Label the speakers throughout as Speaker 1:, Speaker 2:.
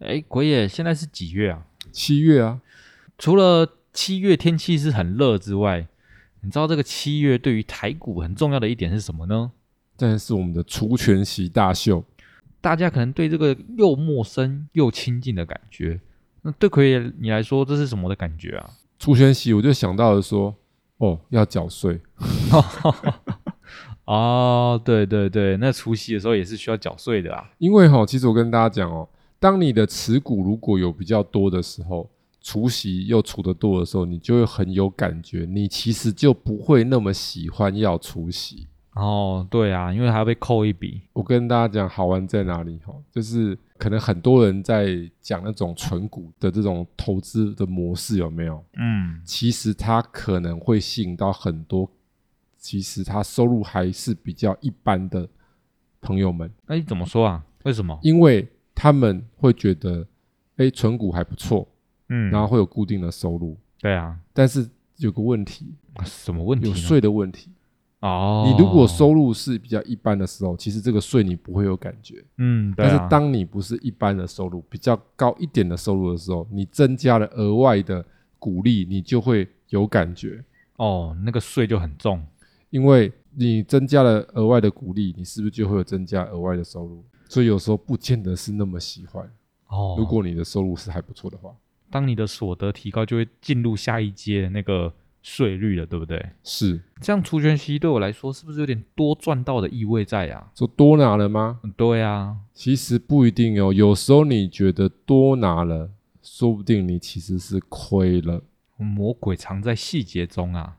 Speaker 1: 哎，鬼野现在是几月啊？
Speaker 2: 七月啊，
Speaker 1: 除了七月天气是很热之外，你知道这个七月对于台股很重要的一点是什么呢？
Speaker 2: 但是我们的除权息大秀，
Speaker 1: 大家可能对这个又陌生又亲近的感觉，那对鬼野你来说这是什么的感觉啊？
Speaker 2: 除权息我就想到了说，哦，要缴税，
Speaker 1: 哦，对对对，那除夕的时候也是需要缴税的啊。
Speaker 2: 因为哈、其实我跟大家讲哦，当你的持股如果有比较多的时候，除息又除得多的时候，你就会很有感觉，你其实就不会那么喜欢要除息。
Speaker 1: 哦，对啊，因为还要被扣一笔。
Speaker 2: 我跟大家讲好玩在哪里哈，就是可能很多人在讲那种纯股的这种投资的模式有没有？
Speaker 1: 嗯，
Speaker 2: 其实它可能会吸引到很多，其实他收入还是比较一般的朋友们，
Speaker 1: 那你怎么说啊？为什么？
Speaker 2: 因为他们会觉得，哎，存股还不错，
Speaker 1: 嗯，
Speaker 2: 然后会有固定的收入，
Speaker 1: 对啊，
Speaker 2: 但是有个问题，
Speaker 1: 什么问题
Speaker 2: 有
Speaker 1: 呢？
Speaker 2: 税的问题。
Speaker 1: 哦，
Speaker 2: 你如果收入是比较一般的时候，其实这个税你不会有感觉，
Speaker 1: 嗯，对
Speaker 2: 但是
Speaker 1: 啊，
Speaker 2: 当你不是一般的收入，比较高一点的收入的时候，你增加了额外的鼓励，你就会有感觉。
Speaker 1: 哦，那个税就很重。
Speaker 2: 因为你增加了额外的鼓励，你是不是就会有增加额外的收入？所以有时候不见得是那么喜欢。
Speaker 1: 哦，
Speaker 2: 如果你的收入是还不错的话，
Speaker 1: 当你的所得提高，就会进入下一阶的那个税率了，对不对？
Speaker 2: 是
Speaker 1: 这样除权息对我来说，是不是有点多赚到的意味在啊？
Speaker 2: 说多拿了吗？
Speaker 1: 嗯，对啊，
Speaker 2: 其实不一定哦。有时候你觉得多拿了，说不定你其实是亏了。
Speaker 1: 魔鬼藏在细节中啊。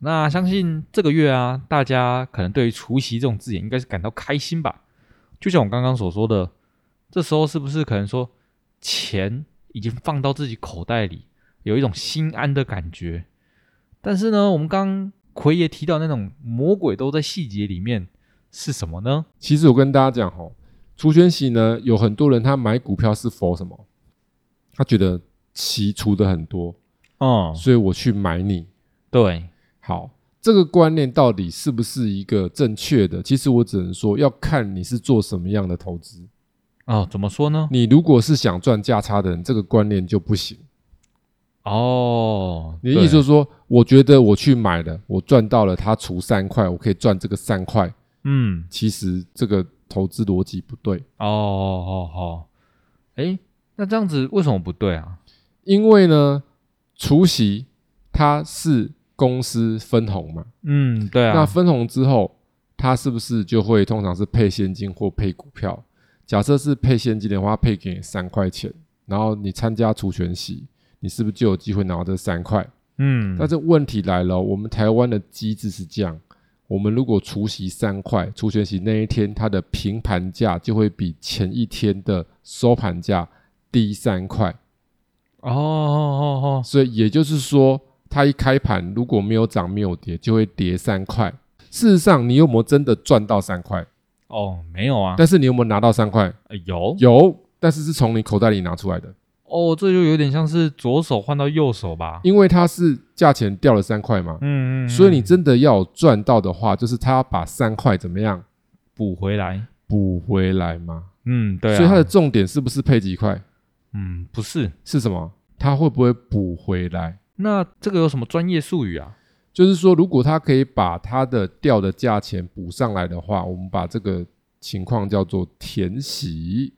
Speaker 1: 那相信这个月啊，大家可能对于除夕这种字眼应该是感到开心吧？就像我刚刚所说的，这时候是不是可能说钱已经放到自己口袋里，有一种心安的感觉？但是呢，我们刚奎爷提到那种魔鬼都在细节里面是什么呢？
Speaker 2: 其实我跟大家讲哦，除权息呢，有很多人他买股票是否什么？他觉得期除的很多，
Speaker 1: 哦、
Speaker 2: 所以我去买你。
Speaker 1: 对，
Speaker 2: 好，这个观念到底是不是一个正确的？其实我只能说，要看你是做什么样的投资。
Speaker 1: 哦，怎么说呢？
Speaker 2: 你如果是想赚价差的人，这个观念就不行。
Speaker 1: 哦，
Speaker 2: 你的
Speaker 1: 对
Speaker 2: 意思就是说，我觉得我去买了，我赚到了，它除三块，我可以赚这个三块。
Speaker 1: 嗯，
Speaker 2: 其实这个投资逻辑不对，
Speaker 1: 哦哦哦，哎，那这样子为什么不对啊？
Speaker 2: 因为呢，除息它是公司分红嘛，
Speaker 1: 嗯，对
Speaker 2: 那
Speaker 1: 啊，
Speaker 2: 分红之后，它是不是就会通常是配现金或配股票？假设是配现金的话，配给你三块钱，然后你参加除权息，你是不是就有机会拿到这三块？
Speaker 1: 嗯，
Speaker 2: 那这问题来了哦，我们台湾的机制是这样：我们如果除息三块，除权息那一天它的平盘价就会比前一天的收盘价低三块，
Speaker 1: 哦哦哦
Speaker 2: 所以也就是说，它一开盘如果没有涨没有跌，就会跌三块。事实上，你有没有真的赚到三块？
Speaker 1: 哦，哦，没有啊，
Speaker 2: 但是你有没有拿到三块？
Speaker 1: 呃有
Speaker 2: 有，但是是从你口袋里拿出来的，
Speaker 1: 哦，这就有点像是左手换到右手吧？
Speaker 2: 因为它是价钱掉了三块嘛。
Speaker 1: 嗯嗯，
Speaker 2: 所以你
Speaker 1: 嗯
Speaker 2: 真的要有赚到的话，就是他要把三块怎么样
Speaker 1: 补回来，
Speaker 2: 补回来嘛。
Speaker 1: 嗯，对啊，
Speaker 2: 所以它的重点是不是配几块？
Speaker 1: 嗯不是，
Speaker 2: 是什么？它会不会补回来？
Speaker 1: 那这个有什么专业术语啊？
Speaker 2: 就是说，如果它可以把它的掉的价钱补上来的话，我们把这个情况叫做填息。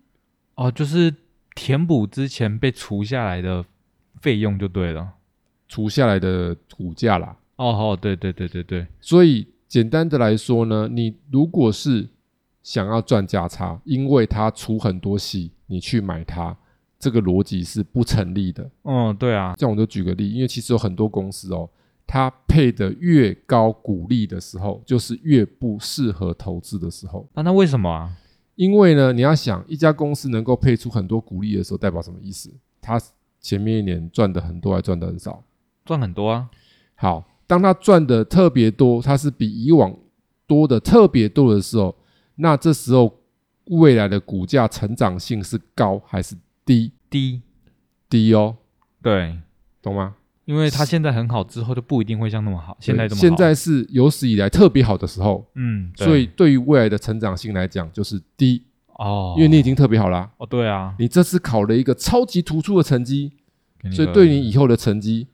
Speaker 1: 哦，就是填补之前被除下来的费用就对了。
Speaker 2: 除下来的股价啦。
Speaker 1: 哦哦，对对对对对，
Speaker 2: 所以简单的来说呢，你如果是想要赚价差，因为它出很多息，你去买它，这个逻辑是不成立的。
Speaker 1: 嗯，对啊，
Speaker 2: 这样我就举个例，因为其实有很多公司哦，它配的越高股利的时候，就是越不适合投资的时候。
Speaker 1: 那那为什么啊？
Speaker 2: 因为呢，你要想一家公司能够配出很多股利的时候，代表什么意思？它前面一年赚的很多，还赚的很少。
Speaker 1: 赚很多啊，
Speaker 2: 好，当它赚的特别多，它是比以往多的特别多的时候，那这时候未来的股价成长性是高还是低？
Speaker 1: 低，
Speaker 2: 低哦，
Speaker 1: 对，
Speaker 2: 懂吗？
Speaker 1: 因为它现在很好，之后就不一定会像那么好。现在
Speaker 2: 对
Speaker 1: 这么好，
Speaker 2: 现在是有史以来特别好的时候，
Speaker 1: 嗯，对
Speaker 2: 所以对于未来的成长性来讲就是低，
Speaker 1: 哦，
Speaker 2: 因为你已经特别好啦。
Speaker 1: 哦对啊，
Speaker 2: 你这次考了一个超级突出的成绩，
Speaker 1: 给一
Speaker 2: 所以
Speaker 1: 个
Speaker 2: 对你以后的成绩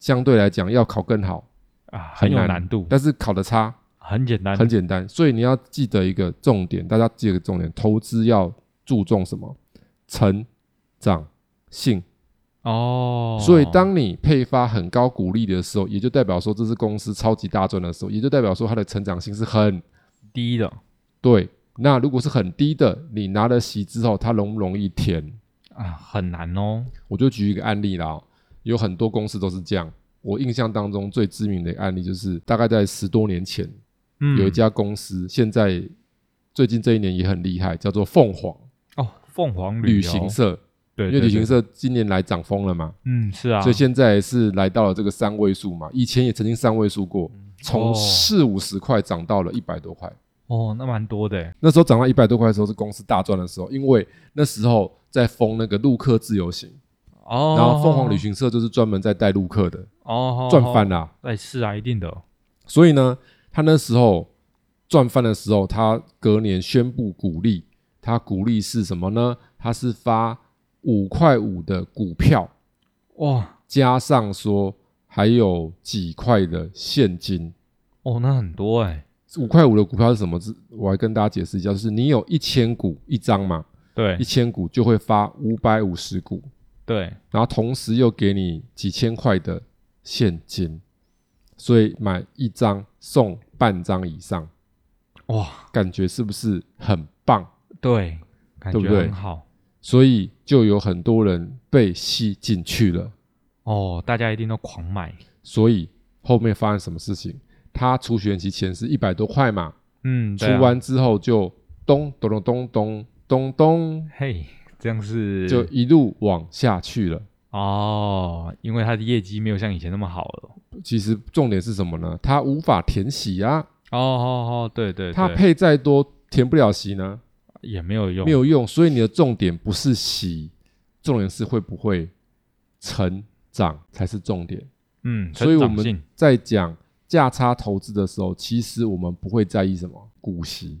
Speaker 2: 相对来讲要考更好，
Speaker 1: 啊很有
Speaker 2: 很难
Speaker 1: 难度，
Speaker 2: 但是考的差
Speaker 1: 很简单，
Speaker 2: 很简单，所以你要记得一个重点，大家记得一个重点，投资要注重什么？成长性。
Speaker 1: 哦，
Speaker 2: 所以当你配发很高股利的时候，也就代表说这是公司超级大赚的时候，也就代表说它的成长性是很
Speaker 1: 低的
Speaker 2: 对。那如果是很低的，你拿了息之后，它容不容易填？
Speaker 1: 啊很难哦，
Speaker 2: 我就举一个案例啦，有很多公司都是这样。我印象当中最知名的案例就是大概在十多年前，
Speaker 1: 嗯，
Speaker 2: 有一家公司现在最近这一年也很厉害，叫做凤凰
Speaker 1: 哦凤凰
Speaker 2: 旅
Speaker 1: 游
Speaker 2: 行，社，
Speaker 1: 对，
Speaker 2: 因为
Speaker 1: 对
Speaker 2: 旅行，
Speaker 1: 对
Speaker 2: 社今年来涨疯了嘛，
Speaker 1: 嗯是啊，
Speaker 2: 所以现在是来到了这个三位数嘛，以前也曾经三位数过，从
Speaker 1: 哦
Speaker 2: 四五十块涨到了一百多块。
Speaker 1: 哦那蛮多的欸，
Speaker 2: 那时候涨到一百多块的时候是公司大赚的时候，因为那时候在封那个陆客自由行，
Speaker 1: 哦，
Speaker 2: 然后凤凰旅行社就是专门在带陆客的，
Speaker 1: 哦
Speaker 2: 赚翻
Speaker 1: 了，
Speaker 2: 啦、
Speaker 1: 哎是啊一定的，
Speaker 2: 所以呢，他那时候赚翻的时候，他隔年宣布股利，他股利是什么呢？他是发五块五的股票，
Speaker 1: 哇
Speaker 2: 加上说还有几块的现金。
Speaker 1: 哦那很多哎，
Speaker 2: 五块五的股票是什么？是我来跟大家解释一下，就是你有一千股一张嘛，
Speaker 1: 对
Speaker 2: 一千股就会发五百五十股，
Speaker 1: 对
Speaker 2: 然后同时又给你几千块的现金，所以买一张送半张以上。
Speaker 1: 哇
Speaker 2: 感觉是不是很棒？
Speaker 1: 对，感觉
Speaker 2: 对不对
Speaker 1: 很好
Speaker 2: 所以就有很多人被吸进去了。
Speaker 1: 哦，大家一定都狂买，
Speaker 2: 所以后面发生什么事情？他除权期前是一百多块嘛，
Speaker 1: 嗯，
Speaker 2: 除
Speaker 1: 对啊
Speaker 2: 完之后就咚咚咚咚咚咚咚，
Speaker 1: 嘿，这样是
Speaker 2: 就一路往下去了。
Speaker 1: 哦，因为它的业绩没有像以前那么好了。
Speaker 2: 其实重点是什么呢？它无法填息啊，
Speaker 1: 哦哦哦，对对
Speaker 2: 它
Speaker 1: 对
Speaker 2: 配再多填不了息呢，
Speaker 1: 也没有用，
Speaker 2: 没有用。所以你的重点不是息，重点是会不会成长才是重点。
Speaker 1: 嗯，
Speaker 2: 所以我
Speaker 1: 成长
Speaker 2: 们
Speaker 1: 性
Speaker 2: 在讲价差投资的时候，其实我们不会在意什么股息，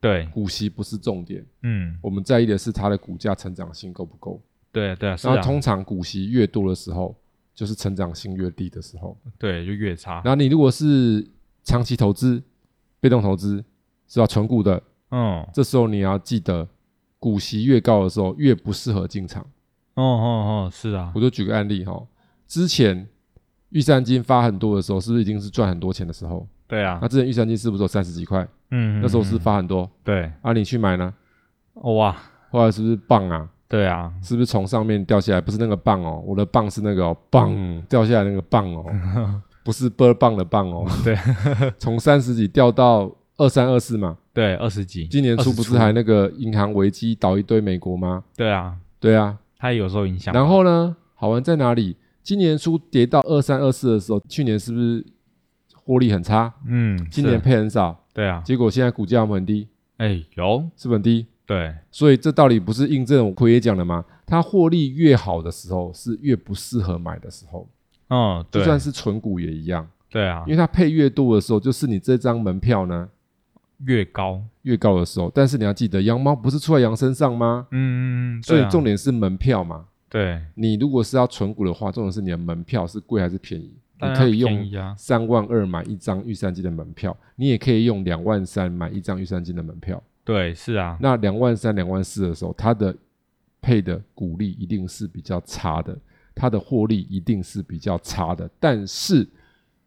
Speaker 1: 对，
Speaker 2: 股息不是重点，
Speaker 1: 嗯，
Speaker 2: 我们在意的是它的股价成长性够不够。
Speaker 1: 对啊对啊，是
Speaker 2: 然
Speaker 1: 啊
Speaker 2: 后，通常股息越多的时候，就是成长性越低的时候。
Speaker 1: 对，就越差，
Speaker 2: 然后你如果是长期投资、被动投资是要纯股的，
Speaker 1: 嗯，哦
Speaker 2: 这时候你要记得，股息越高的时候越不适合进场。
Speaker 1: 哦哦，是啊
Speaker 2: 我，就举个案例哈、之前玉山金发很多的时候，是不是已经是赚很多钱的时候？
Speaker 1: 对啊
Speaker 2: 那，之前玉山金是不是有三十几块？
Speaker 1: 嗯，
Speaker 2: 那时候是
Speaker 1: 嗯
Speaker 2: 发很多，
Speaker 1: 对，哦
Speaker 2: 啊，你去买呢？
Speaker 1: 哇，
Speaker 2: 后来是不是棒啊？
Speaker 1: 对啊，
Speaker 2: 是不是从上面掉下来？不是那个棒哦，我的棒是那个哦，棒
Speaker 1: 嗯
Speaker 2: 掉下来那个棒 哦，不是波棒的棒哦。
Speaker 1: 对，
Speaker 2: 从三十几掉到二三二四嘛。
Speaker 1: 对，二十几，
Speaker 2: 今年初不是还那个银行危机倒一堆美国吗？
Speaker 1: 对啊，
Speaker 2: 对啊。
Speaker 1: 它也有受影响，
Speaker 2: 然后呢，好玩在哪里？今年初跌到二三二四的时候，去年是不是获利很差？
Speaker 1: 嗯，
Speaker 2: 今
Speaker 1: 是
Speaker 2: 年配很少，
Speaker 1: 对啊，
Speaker 2: 结果现在股价我们很低，
Speaker 1: 哎，有，
Speaker 2: 是不是很低？
Speaker 1: 对，
Speaker 2: 所以这道理不是印证我奎爷讲的吗？它获利越好的时候，是越不适合买的时候。
Speaker 1: 嗯，
Speaker 2: 就
Speaker 1: 对，
Speaker 2: 算是纯股也一样，
Speaker 1: 对啊
Speaker 2: 因，为它配越多的时候，就是你这张门票呢
Speaker 1: 越高，
Speaker 2: 越高的时候。但是你要记得，羊毛不是出在羊身上吗？
Speaker 1: 嗯嗯嗯，
Speaker 2: 所
Speaker 1: 对
Speaker 2: 以
Speaker 1: 啊
Speaker 2: 重点是门票嘛。
Speaker 1: 对，
Speaker 2: 你如果是要纯股的话，重点是你的门票是贵还是便宜。
Speaker 1: 当
Speaker 2: 你
Speaker 1: 然
Speaker 2: 可以
Speaker 1: 要便
Speaker 2: 用
Speaker 1: 宜啊，
Speaker 2: 三万二买一张玉山金的门票，你也可以用两万三买一张玉山金的门票。
Speaker 1: 对，是啊，
Speaker 2: 那两万三、两万四的时候，它的配的股利一定是比较差的，它的获利一定是比较差的。但是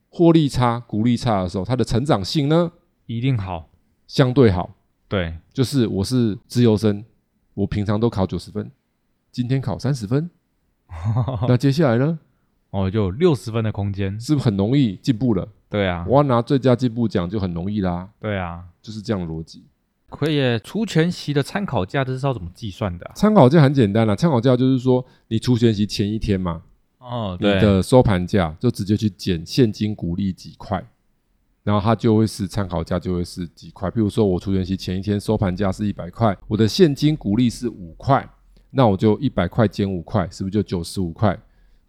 Speaker 2: 获利差、股利差的时候，它的成长性呢
Speaker 1: 一定好，
Speaker 2: 相对好。
Speaker 1: 对，
Speaker 2: 就是我是自由生，我平常都考九十分，今天考三十分，那接下来呢，
Speaker 1: 哦，就有六十分的空间。
Speaker 2: 是不是很容易进步了？
Speaker 1: 对啊，
Speaker 2: 我要拿最佳进步奖就很容易啦，
Speaker 1: 对啊，
Speaker 2: 就是这样的逻辑。
Speaker 1: 可以除权息的参考价，这是要怎么计算的、啊？
Speaker 2: 参考价很简单啦，参考价就是说你除权息前一天嘛，
Speaker 1: 哦，
Speaker 2: 你的收盘价就直接去减现金股利几块，然后它就会是参考价就会是几块。譬如说我除权息前一天收盘价是一百块，我的现金股利是五块，那我就一百块减五块，是不是就九十五块？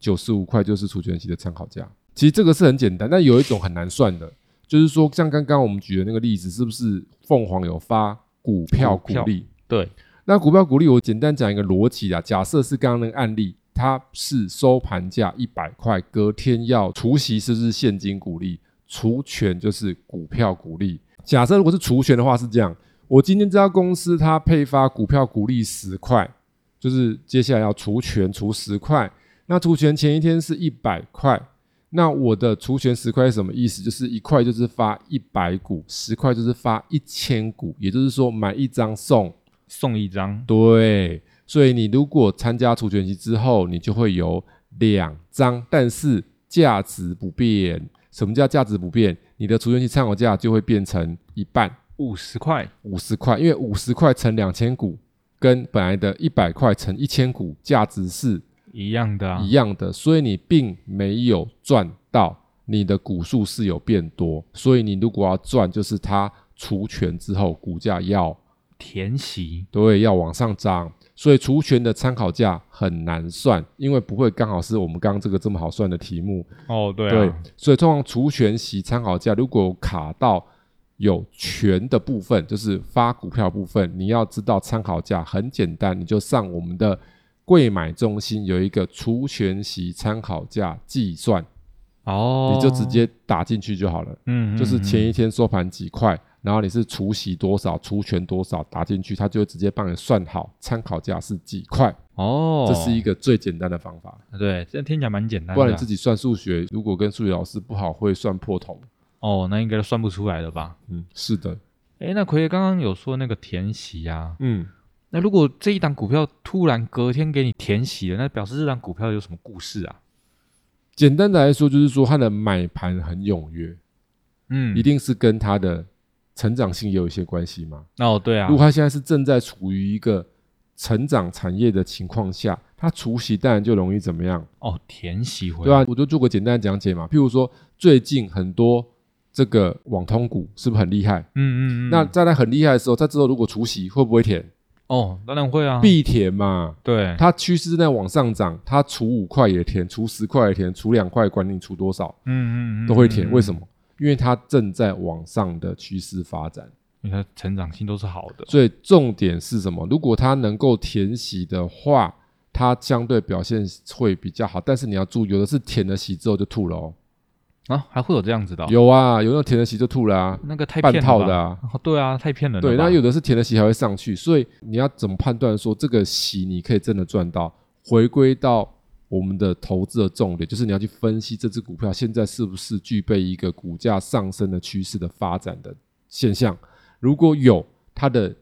Speaker 2: 九十五块就是除权息的参考价。其实这个是很简单，但有一种很难算的，就是说像刚刚我们举的那个例子，是不是凤凰有发股票
Speaker 1: 股
Speaker 2: 股
Speaker 1: 票
Speaker 2: 利？
Speaker 1: 对，
Speaker 2: 那股票股利，我简单讲一个逻辑啊。假设是刚刚那个案例，它是收盘价一百块，隔天要除息，是不是现金股利？除权就是股票股利。假设如果是除权的话，是这样：我今天这家公司它配发股票股利十块，就是接下来要除权除十块。那除权前一天是一百块，那我的除权十块是什么意思？就是一块就是发一百股，十块就是发一千股，也就是说买一张送
Speaker 1: 送一张，
Speaker 2: 对，所以你如果参加除权息之后，你就会有两张，但是价值不变。什么叫价值不变？你的除权息参考价就会变成一半，
Speaker 1: 五十块，
Speaker 2: 五十块，因为五十块乘两千股跟本来的一百块乘一千股价值是
Speaker 1: 一样的啊
Speaker 2: 一。样的，所以你并没有赚到，你的股数是有变多，所以你如果要赚，就是它除权之后股价要
Speaker 1: 填息，
Speaker 2: 对，要往上涨。所以除权的参考价很难算，因为不会刚好是我们刚刚这个这么好算的题目。
Speaker 1: 哦，对
Speaker 2: 对
Speaker 1: 啊，，
Speaker 2: 所以通常除权息参考价如果有卡到有权的部分，就是发股票部分，你要知道参考价很简单，你就上我们的贵买中心有一个除权息参考价计算，
Speaker 1: 哦，
Speaker 2: 你就直，接打进去就好了。
Speaker 1: 嗯，
Speaker 2: 就是前
Speaker 1: 嗯
Speaker 2: 一天收盘几块，然后你是除息多少、除权多少打进去，它就会直接帮你算好参考价是几块。
Speaker 1: 哦，
Speaker 2: 这是一个最简单的方法，
Speaker 1: 对，这听起来蛮简单的啊，
Speaker 2: 不然你自己算数学，如果跟数学老师不好，会算破头。
Speaker 1: 哦，那应该算不出来了吧？
Speaker 2: 嗯，是的，
Speaker 1: 诶，那奎爷刚刚有说那个填息啊，
Speaker 2: 嗯，
Speaker 1: 那如果这一档股票突然隔天给你填息了，那表示这档股票有什么故事啊？
Speaker 2: 简单的来说就是说它的买盘很踊跃，
Speaker 1: 嗯
Speaker 2: 一，定是跟它的成长性也有一些关系嘛。
Speaker 1: 哦，对啊
Speaker 2: 如，果它现在是正在处于一个成长产业的情况下，它除息当然就容易怎么样？
Speaker 1: 哦，填息回来，
Speaker 2: 对啊，我就做个简单的讲解嘛。譬如说，最近很多这个网通股是不是很厉害？
Speaker 1: 嗯嗯嗯，
Speaker 2: 那在它很厉害的时候，它之后如果除息会不会填？
Speaker 1: 哦，当然会啊，
Speaker 2: 必填嘛。
Speaker 1: 对，
Speaker 2: 它趋势在往上涨，它除五块也填，除十块也填，除两块管你除多少
Speaker 1: 嗯嗯嗯，
Speaker 2: 都会填。为什
Speaker 1: 么？
Speaker 2: 么？因为它正在往上的趋势发展。
Speaker 1: 因为它成长性都是好的，
Speaker 2: 所以重点是什么？如果它能够填息的话，它相对表现会比较好。但是你要注意，有的是填了息之后就吐了哦。
Speaker 1: 啊，还会有这样子的哦、
Speaker 2: 有啊，有那种填了息就吐了啊。
Speaker 1: 那个太
Speaker 2: 半
Speaker 1: 骗人
Speaker 2: 套
Speaker 1: 了吧
Speaker 2: 的啊。
Speaker 1: 哦对啊，太骗人了吧。
Speaker 2: 对，那有的是填了息还会上去，所以你要怎么判断说这个息你可以真的赚到？回归到我们的投资的重点，就是你要去分析这只股票现在是不是具备一个股价上升的趋势的发展的现象。如果有它的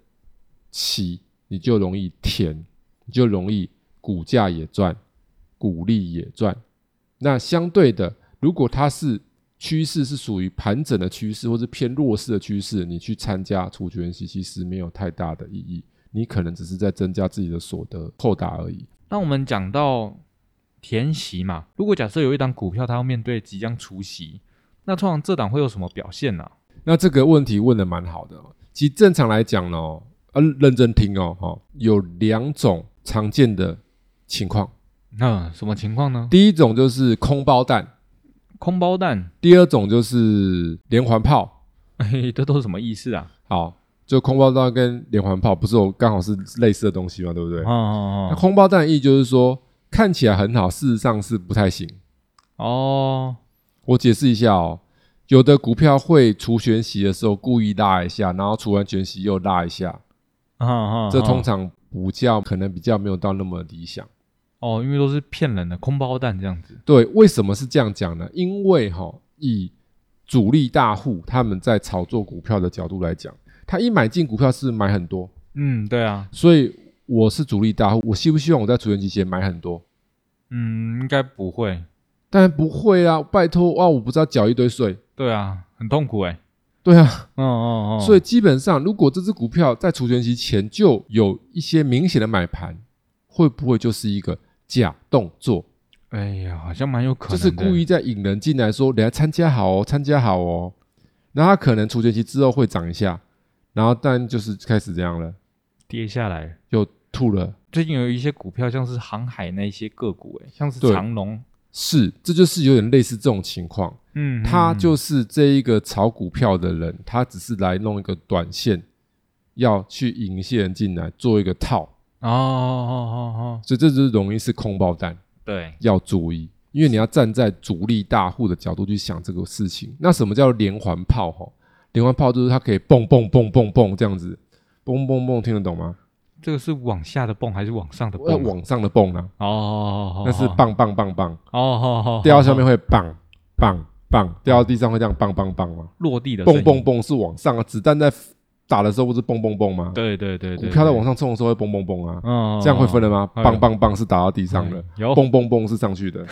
Speaker 2: 息，你就容易填，你就容易股价也赚，股利也赚。那相对的，如果它是趋势是属于盘整的趋势，或是偏弱势的趋势，你去参加除权息其实没有太大的意义，你可能只是在增加自己的所得扣打而已。
Speaker 1: 那我们讲到填息嘛，如果假设有一档股票它要面对即将除息，那通常这档会有什么表现呢、
Speaker 2: 那这个问题问的蛮好的、哦，其实正常来讲呢、哦，呃，认真听哦，哈、有两种常见的情况，啊
Speaker 1: 那什么情况呢？
Speaker 2: 第一种就是空包弹，
Speaker 1: 空包蛋，
Speaker 2: 第二种就是连环炮。
Speaker 1: 嘿，这都是什么意思啊？
Speaker 2: 好，就空包弹跟连环炮不是有刚好是类似的东西嘛，对不对？
Speaker 1: 哦哦
Speaker 2: 那空包弹的意义就是说，看起来很好，事实上是不太行。
Speaker 1: 哦，哦，
Speaker 2: 我解释一下哦，有的股票会除权息的时候故意拉一下，然后除完权息又拉一下，
Speaker 1: 啊啊
Speaker 2: 这通
Speaker 1: 啊
Speaker 2: 常股价可能比较没有到那么理想。
Speaker 1: 哦，因为都是骗人的空包蛋这样子。
Speaker 2: 对，为什么是这样讲呢？因为哈、以主力大户他们在炒作股票的角度来讲，他一买进股票是买很多，
Speaker 1: 嗯，对啊，
Speaker 2: 所以我是主力大户，我希不希望我在除权期前买很多？
Speaker 1: 嗯，应该不会。
Speaker 2: 当然不会啊，拜托哇，我不知道缴一堆税。
Speaker 1: 对啊，很痛苦哎、欸。
Speaker 2: 对啊，
Speaker 1: 嗯嗯嗯。
Speaker 2: 所以基本上，如果这只股票在除权期前就有一些明显的买盘，会不会就是一个假动作？
Speaker 1: 哎呀，好像蛮有可能
Speaker 2: 就
Speaker 1: 的，
Speaker 2: 是故意在引人进来说，你来参加好哦，参加好哦。然后它可能除权期之后会涨一下，然后但就是开始这样了，
Speaker 1: 跌下来。
Speaker 2: 又吐了。
Speaker 1: 最近有一些股票，像是航海那一些个股、欸，哎，像是
Speaker 2: 对
Speaker 1: 长龙，
Speaker 2: 是，这就是有点类似这种情况。
Speaker 1: 嗯，
Speaker 2: 他
Speaker 1: 嗯
Speaker 2: 就是这一个炒股票的人，他只是来弄一个短线，要去引一些人进来做一个套，
Speaker 1: 哦哦哦哦，
Speaker 2: 所以这就是容易是空包弹，
Speaker 1: 对，
Speaker 2: 要注意，因为你要站在主力大户的角度去想这个事情。那什么叫连环炮？哈，连环炮就是它可以蹦蹦蹦蹦蹦这样子，蹦蹦蹦，听得懂吗？
Speaker 1: 这个是往下的蹦还是往上的蹦？
Speaker 2: 要往上的蹦啊，
Speaker 1: 哦哦哦哦，
Speaker 2: 那是
Speaker 1: 哦
Speaker 2: 棒棒棒棒，
Speaker 1: 哦哦哦，
Speaker 2: 掉到下
Speaker 1: 上
Speaker 2: 面会棒棒棒，掉到地上会这样棒棒棒吗？
Speaker 1: 落地的声
Speaker 2: 蹦
Speaker 1: 音
Speaker 2: 蹦，蹦是往上啊，子弹在打的时候不是蹦蹦蹦吗？
Speaker 1: 对对对对，
Speaker 2: 股票在
Speaker 1: 对
Speaker 2: 往，上冲的时候会蹦蹦蹦啊，
Speaker 1: 嗯，
Speaker 2: 这样会分的吗？
Speaker 1: 哎
Speaker 2: 棒棒棒是打到地上的，
Speaker 1: 嗯有
Speaker 2: 蹦蹦蹦是上去的，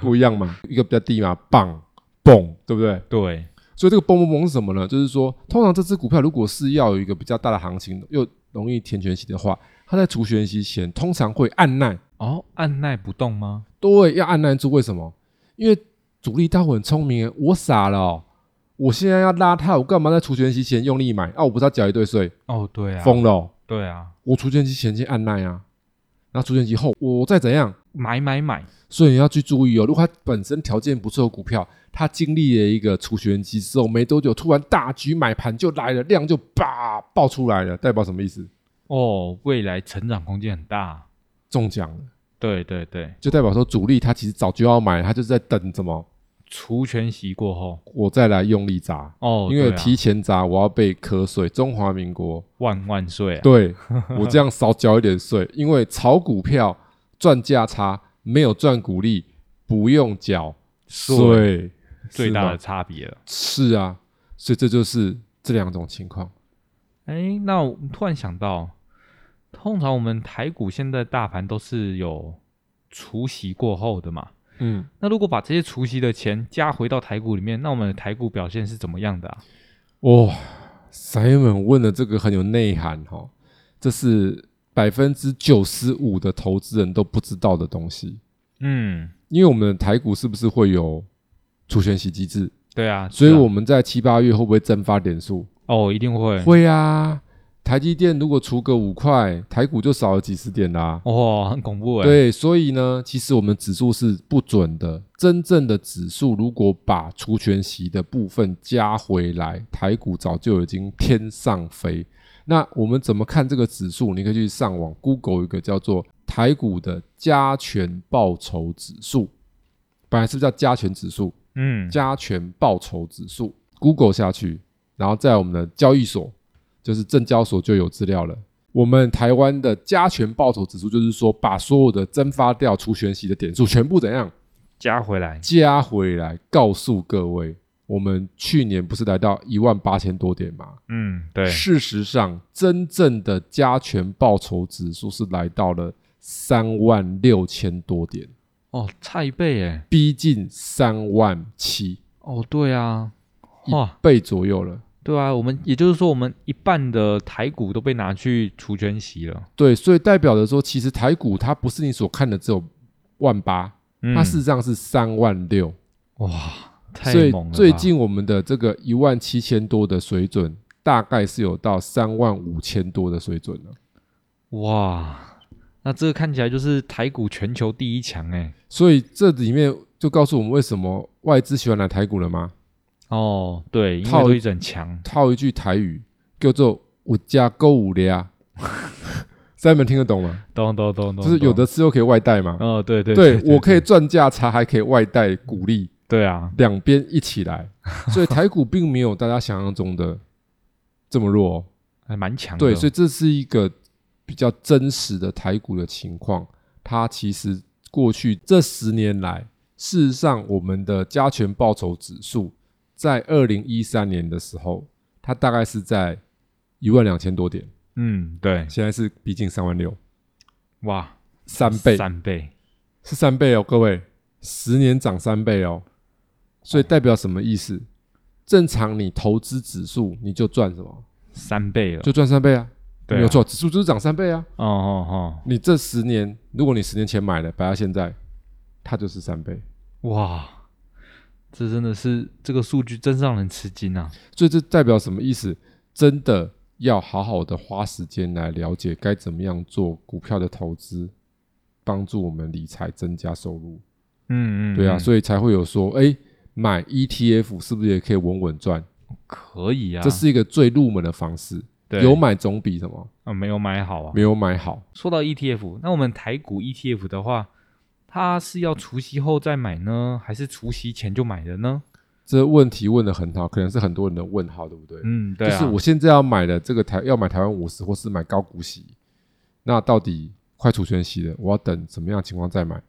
Speaker 2: 不一样嘛，一个比较低嘛，棒蹦，对不对？
Speaker 1: 对，
Speaker 2: 所以这个蹦蹦蹦是什么呢？就是说，通常这只股票如果是要有一个比较大的行情，又容易填全息的话，它在除权息前通常会按耐，
Speaker 1: 哦，按耐不动吗？
Speaker 2: 对，要按耐住。为什么？因为主力他很聪明，我傻了哦、我现在要拉他，我干嘛在除权息前用力买啊？我不是要缴一堆税，
Speaker 1: 哦，对啊，
Speaker 2: 疯了哦、
Speaker 1: 对啊，
Speaker 2: 我除权息前先按耐啊，然后除权息后我再怎样，
Speaker 1: 买买买，
Speaker 2: 所以你要去注意哦。如果它本身条件不错的股票，它经历了一个除权期之后没多久，突然大举买盘就来了，量就叭爆出来了，代表什么意思？
Speaker 1: 哦，未来成长空间很大，
Speaker 2: 中奖了，
Speaker 1: 对对对，
Speaker 2: 就代表说主力它其实早就要买，它就是在等什么，
Speaker 1: 除权息过后，
Speaker 2: 我再来用力砸。
Speaker 1: 哦，
Speaker 2: 因为
Speaker 1: 对啊
Speaker 2: 提前砸，我要被瞌睡。中华民 国，
Speaker 1: 万万岁啊，
Speaker 2: 对我这样少缴一点税，因为炒股票赚价差，没有赚股利，不用缴税，
Speaker 1: 最大的
Speaker 2: 是吗
Speaker 1: 差别了。
Speaker 2: 是啊，所以这就是这两种情况。
Speaker 1: 哎，那我突然想到，通常我们台股现在大盘都是有除息过后的嘛。
Speaker 2: 嗯，
Speaker 1: 那如果把这些除息的钱加回到台股里面，那我们的台股表现是怎么样的啊？
Speaker 2: 哇、Simon 问的这个很有内涵哈、哦，这是百分之九十五的投资人都不知道的东西。
Speaker 1: 嗯，
Speaker 2: 因为我们的台股是不是会有除权息机制？
Speaker 1: 对啊，
Speaker 2: 所以
Speaker 1: 是啊
Speaker 2: 我们在七八月会不会蒸发点数？
Speaker 1: 哦一定会
Speaker 2: 会啊，台积电如果除个五块，台股就少了几十点啊啦。
Speaker 1: 哦，很恐怖哎。，
Speaker 2: 对，所以呢，其实我们指数是不准的。真正的指数如果把除权息的部分加回来，台股早就已经天上飞。那我们怎么看这个指数？你可以去上网 Google 一个叫做台股的加权报酬指数，本来是不是叫加权指数？
Speaker 1: 嗯，
Speaker 2: 加权报酬指数，Google 下去，然后在我们的交易所，就是证交所就有资料了。我们台湾的加权报酬指数，就是说把所有的蒸发掉除权息的点数全部怎样
Speaker 1: 加回来，
Speaker 2: 加回来，告诉各位，我们去年不是来到一万八千多点吗？
Speaker 1: 嗯，对，
Speaker 2: 事实上，真正的加权报酬指数是来到了三万六千多点，
Speaker 1: 哦，差一倍哎，
Speaker 2: 逼近三万七
Speaker 1: 哦，对啊，
Speaker 2: 一
Speaker 1: 哇，
Speaker 2: 倍左右了。
Speaker 1: 对啊，我们也就是说，我们一半的台股都被拿去除权息了，
Speaker 2: 对，所以代表着说，其实台股它不是你所看的只有万八、
Speaker 1: 嗯
Speaker 2: 它事实上是三万六。
Speaker 1: 哇，太
Speaker 2: 所以
Speaker 1: 猛了吧，
Speaker 2: 最近我们的这个一万七千多的水准，大概是有到三万五千多的水准了。
Speaker 1: 哇，那这个看起来就是台股全球第一强哎、
Speaker 2: 所以这里面就告诉我们为什么外资喜欢来台股了吗？
Speaker 1: 哦，对，因为
Speaker 2: 套
Speaker 1: 都一直很强。
Speaker 2: 套一句台语叫做“我家购物 的呀”，三啊门听得懂吗？
Speaker 1: 懂懂懂懂，
Speaker 2: 就是有
Speaker 1: 懂，
Speaker 2: 的吃又可以外带嘛。
Speaker 1: 哦，对对
Speaker 2: 对，我可以，赚价差，还可以外带股利。
Speaker 1: 对啊，
Speaker 2: 两边一起来，所以台股并没有大家想象中的这么弱哦、
Speaker 1: 还蛮强的。
Speaker 2: 对，所以这是一个比较真实的台股的情况。它其实过去这十年来，事实上我们的加权报酬指数在二零一三年的时候，它大概是在一万两千多点，
Speaker 1: 嗯，对，
Speaker 2: 现在是逼近三万六，
Speaker 1: 哇，
Speaker 2: 三倍
Speaker 1: 三倍，
Speaker 2: 是三倍哦，各位十年涨三倍哦，所以代表什么意思？正常你投资指数你就赚什么？
Speaker 1: 三倍了，
Speaker 2: 就赚三倍啊，
Speaker 1: 对啊
Speaker 2: 没有错，指数就是涨三倍啊。
Speaker 1: 哦哦
Speaker 2: 你这十年，如果你十年前买的，摆到现在，它就是三倍。
Speaker 1: 哦，哇，这真的是这个数据真是让人吃惊啊！
Speaker 2: 所以这代表什么意思？真的要好好的花时间来了解该怎么样做股票的投资，帮助我们理财增加收入。
Speaker 1: 嗯嗯，
Speaker 2: 对啊，
Speaker 1: 嗯
Speaker 2: 所以才会有说，哎，买 ETF 是不是也可以稳稳赚？
Speaker 1: 可以啊，
Speaker 2: 这是一个最入门的方式。
Speaker 1: 对
Speaker 2: 有买总比什么
Speaker 1: 啊没有买好啊。
Speaker 2: 没有买好。
Speaker 1: 说到 ETF，那我们台股 ETF 的话，它是要除夕后再买呢，还是除夕前就买的呢？
Speaker 2: 这问题问的很好，可能是很多人的问号，对不对？
Speaker 1: 嗯，对啊，
Speaker 2: 就是我现在要买的这个台要买台湾五十，或是买高股息，那到底快除全息了，我要等什么样的情况再买？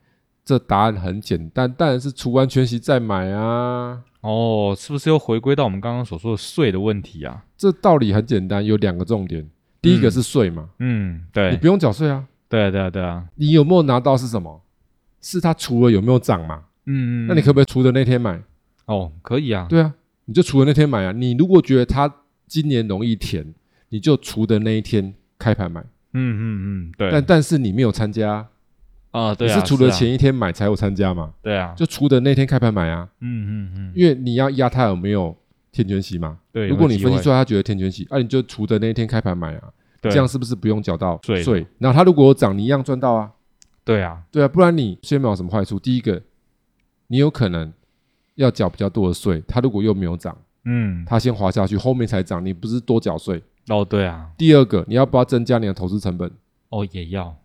Speaker 2: 这答案很简单，当然是除完全息再买啊。
Speaker 1: 哦，是不是又回归到我们刚刚所说的税的问题啊？
Speaker 2: 这道理很简单，有两个重点，第一个是税嘛，
Speaker 1: 嗯，
Speaker 2: 你
Speaker 1: 对，
Speaker 2: 不用缴税啊，
Speaker 1: 对啊对啊对啊，
Speaker 2: 你有没有拿到是什么？是它除了有没有涨嘛？
Speaker 1: 嗯，嗯
Speaker 2: 那你可不可以除的那天买？
Speaker 1: 哦可以啊，
Speaker 2: 对啊，你就除的那天买啊。你如果觉得它今年容易填，你就除的那一天开盘买。
Speaker 1: 嗯嗯嗯，对，
Speaker 2: 但但是你没有参加啊、
Speaker 1: 啊对
Speaker 2: 你
Speaker 1: 啊，
Speaker 2: 是除了
Speaker 1: 啊，
Speaker 2: 前一天买才有参加嘛？
Speaker 1: 对啊，
Speaker 2: 就除的那天开盘买啊，
Speaker 1: 嗯嗯嗯，
Speaker 2: 因为你要压它有没有填权息嘛。
Speaker 1: 对，
Speaker 2: 如果你分析出
Speaker 1: 赚，
Speaker 2: 来他觉得填权息，啊，你就除的那天开盘买啊，
Speaker 1: 对
Speaker 2: 这样是不是不用缴到
Speaker 1: 税
Speaker 2: 税？然后它如果有涨，你一样赚到啊。
Speaker 1: 对啊，
Speaker 2: 对啊，不然你先没有什么坏处。第一个，你有可能要缴比较多的税，它如果又没有涨，
Speaker 1: 嗯，
Speaker 2: 它先滑下去，后面才涨，你不是多缴税？
Speaker 1: 哦对啊，
Speaker 2: 第二个，你要不要增加你的投资成本？
Speaker 1: 哦也要，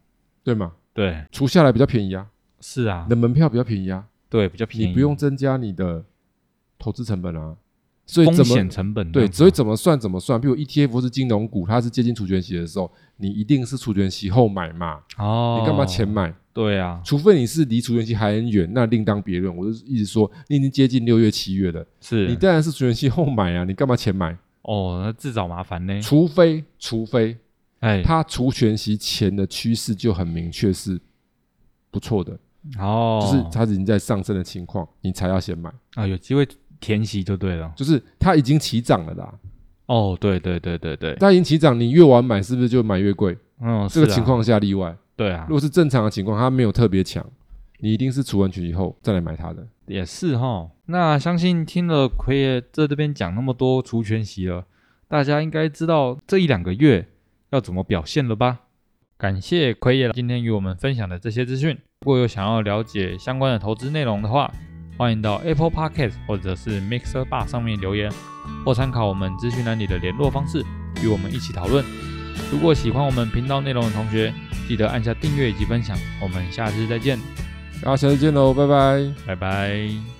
Speaker 2: 对吗？
Speaker 1: 对，
Speaker 2: 除下来比较便宜啊，
Speaker 1: 是啊
Speaker 2: 你，的门票比较便宜啊。
Speaker 1: 对，比较便宜，
Speaker 2: 你不用增加你的投资成本啊。所以
Speaker 1: 风
Speaker 2: 怎么
Speaker 1: 险成本这啊
Speaker 2: 对，
Speaker 1: 样子
Speaker 2: 所以
Speaker 1: 吗
Speaker 2: 怎么算怎么算。比如 ETF 或是金融股，它是接近除权息的时候，你一定是除权息后买嘛，
Speaker 1: 哦，
Speaker 2: 你干嘛前？买？
Speaker 1: 对啊，
Speaker 2: 除非你是离除权息还很远，那另当别论。我就一直说，你已经接近六月七月了，
Speaker 1: 是
Speaker 2: 你当然是除权息后买啊，你干嘛前买？
Speaker 1: 哦，那自找麻烦呢，
Speaker 2: 除非除非
Speaker 1: 哎，
Speaker 2: 它除权息前的趋势就很明确是不错的，
Speaker 1: 哦，
Speaker 2: 就是它已经在上升的情况，你才要先买。
Speaker 1: 啊，有机会填息就对了，
Speaker 2: 就是它已经起涨了啦，
Speaker 1: 哦，对对对对对，
Speaker 2: 大型起涨，你越晚买是不是就买越贵？
Speaker 1: 嗯，
Speaker 2: 这个
Speaker 1: 是啊
Speaker 2: 情，况下例外，
Speaker 1: 对啊
Speaker 2: 如，果是正常的情况，它没有特别强，你一定是除完权以后再来买它的。
Speaker 1: 也是哈。那相信听了奎爷在这边讲那么多除权息了，大家应该知道这一两个月要怎么表现了吧？感谢奎爷今天与我们分享的这些资讯。如果有想要了解相关的投资内容的话，欢迎到 Apple Podcast 或者是 Mixer Bar 上面留言，或参考我们资讯栏里的联络方式，与我们一起讨论。如果喜欢我们频道内容的同学，记得按下订阅以及分享。我们下次再见，
Speaker 2: 大家下次见喽，拜拜。
Speaker 1: 拜拜。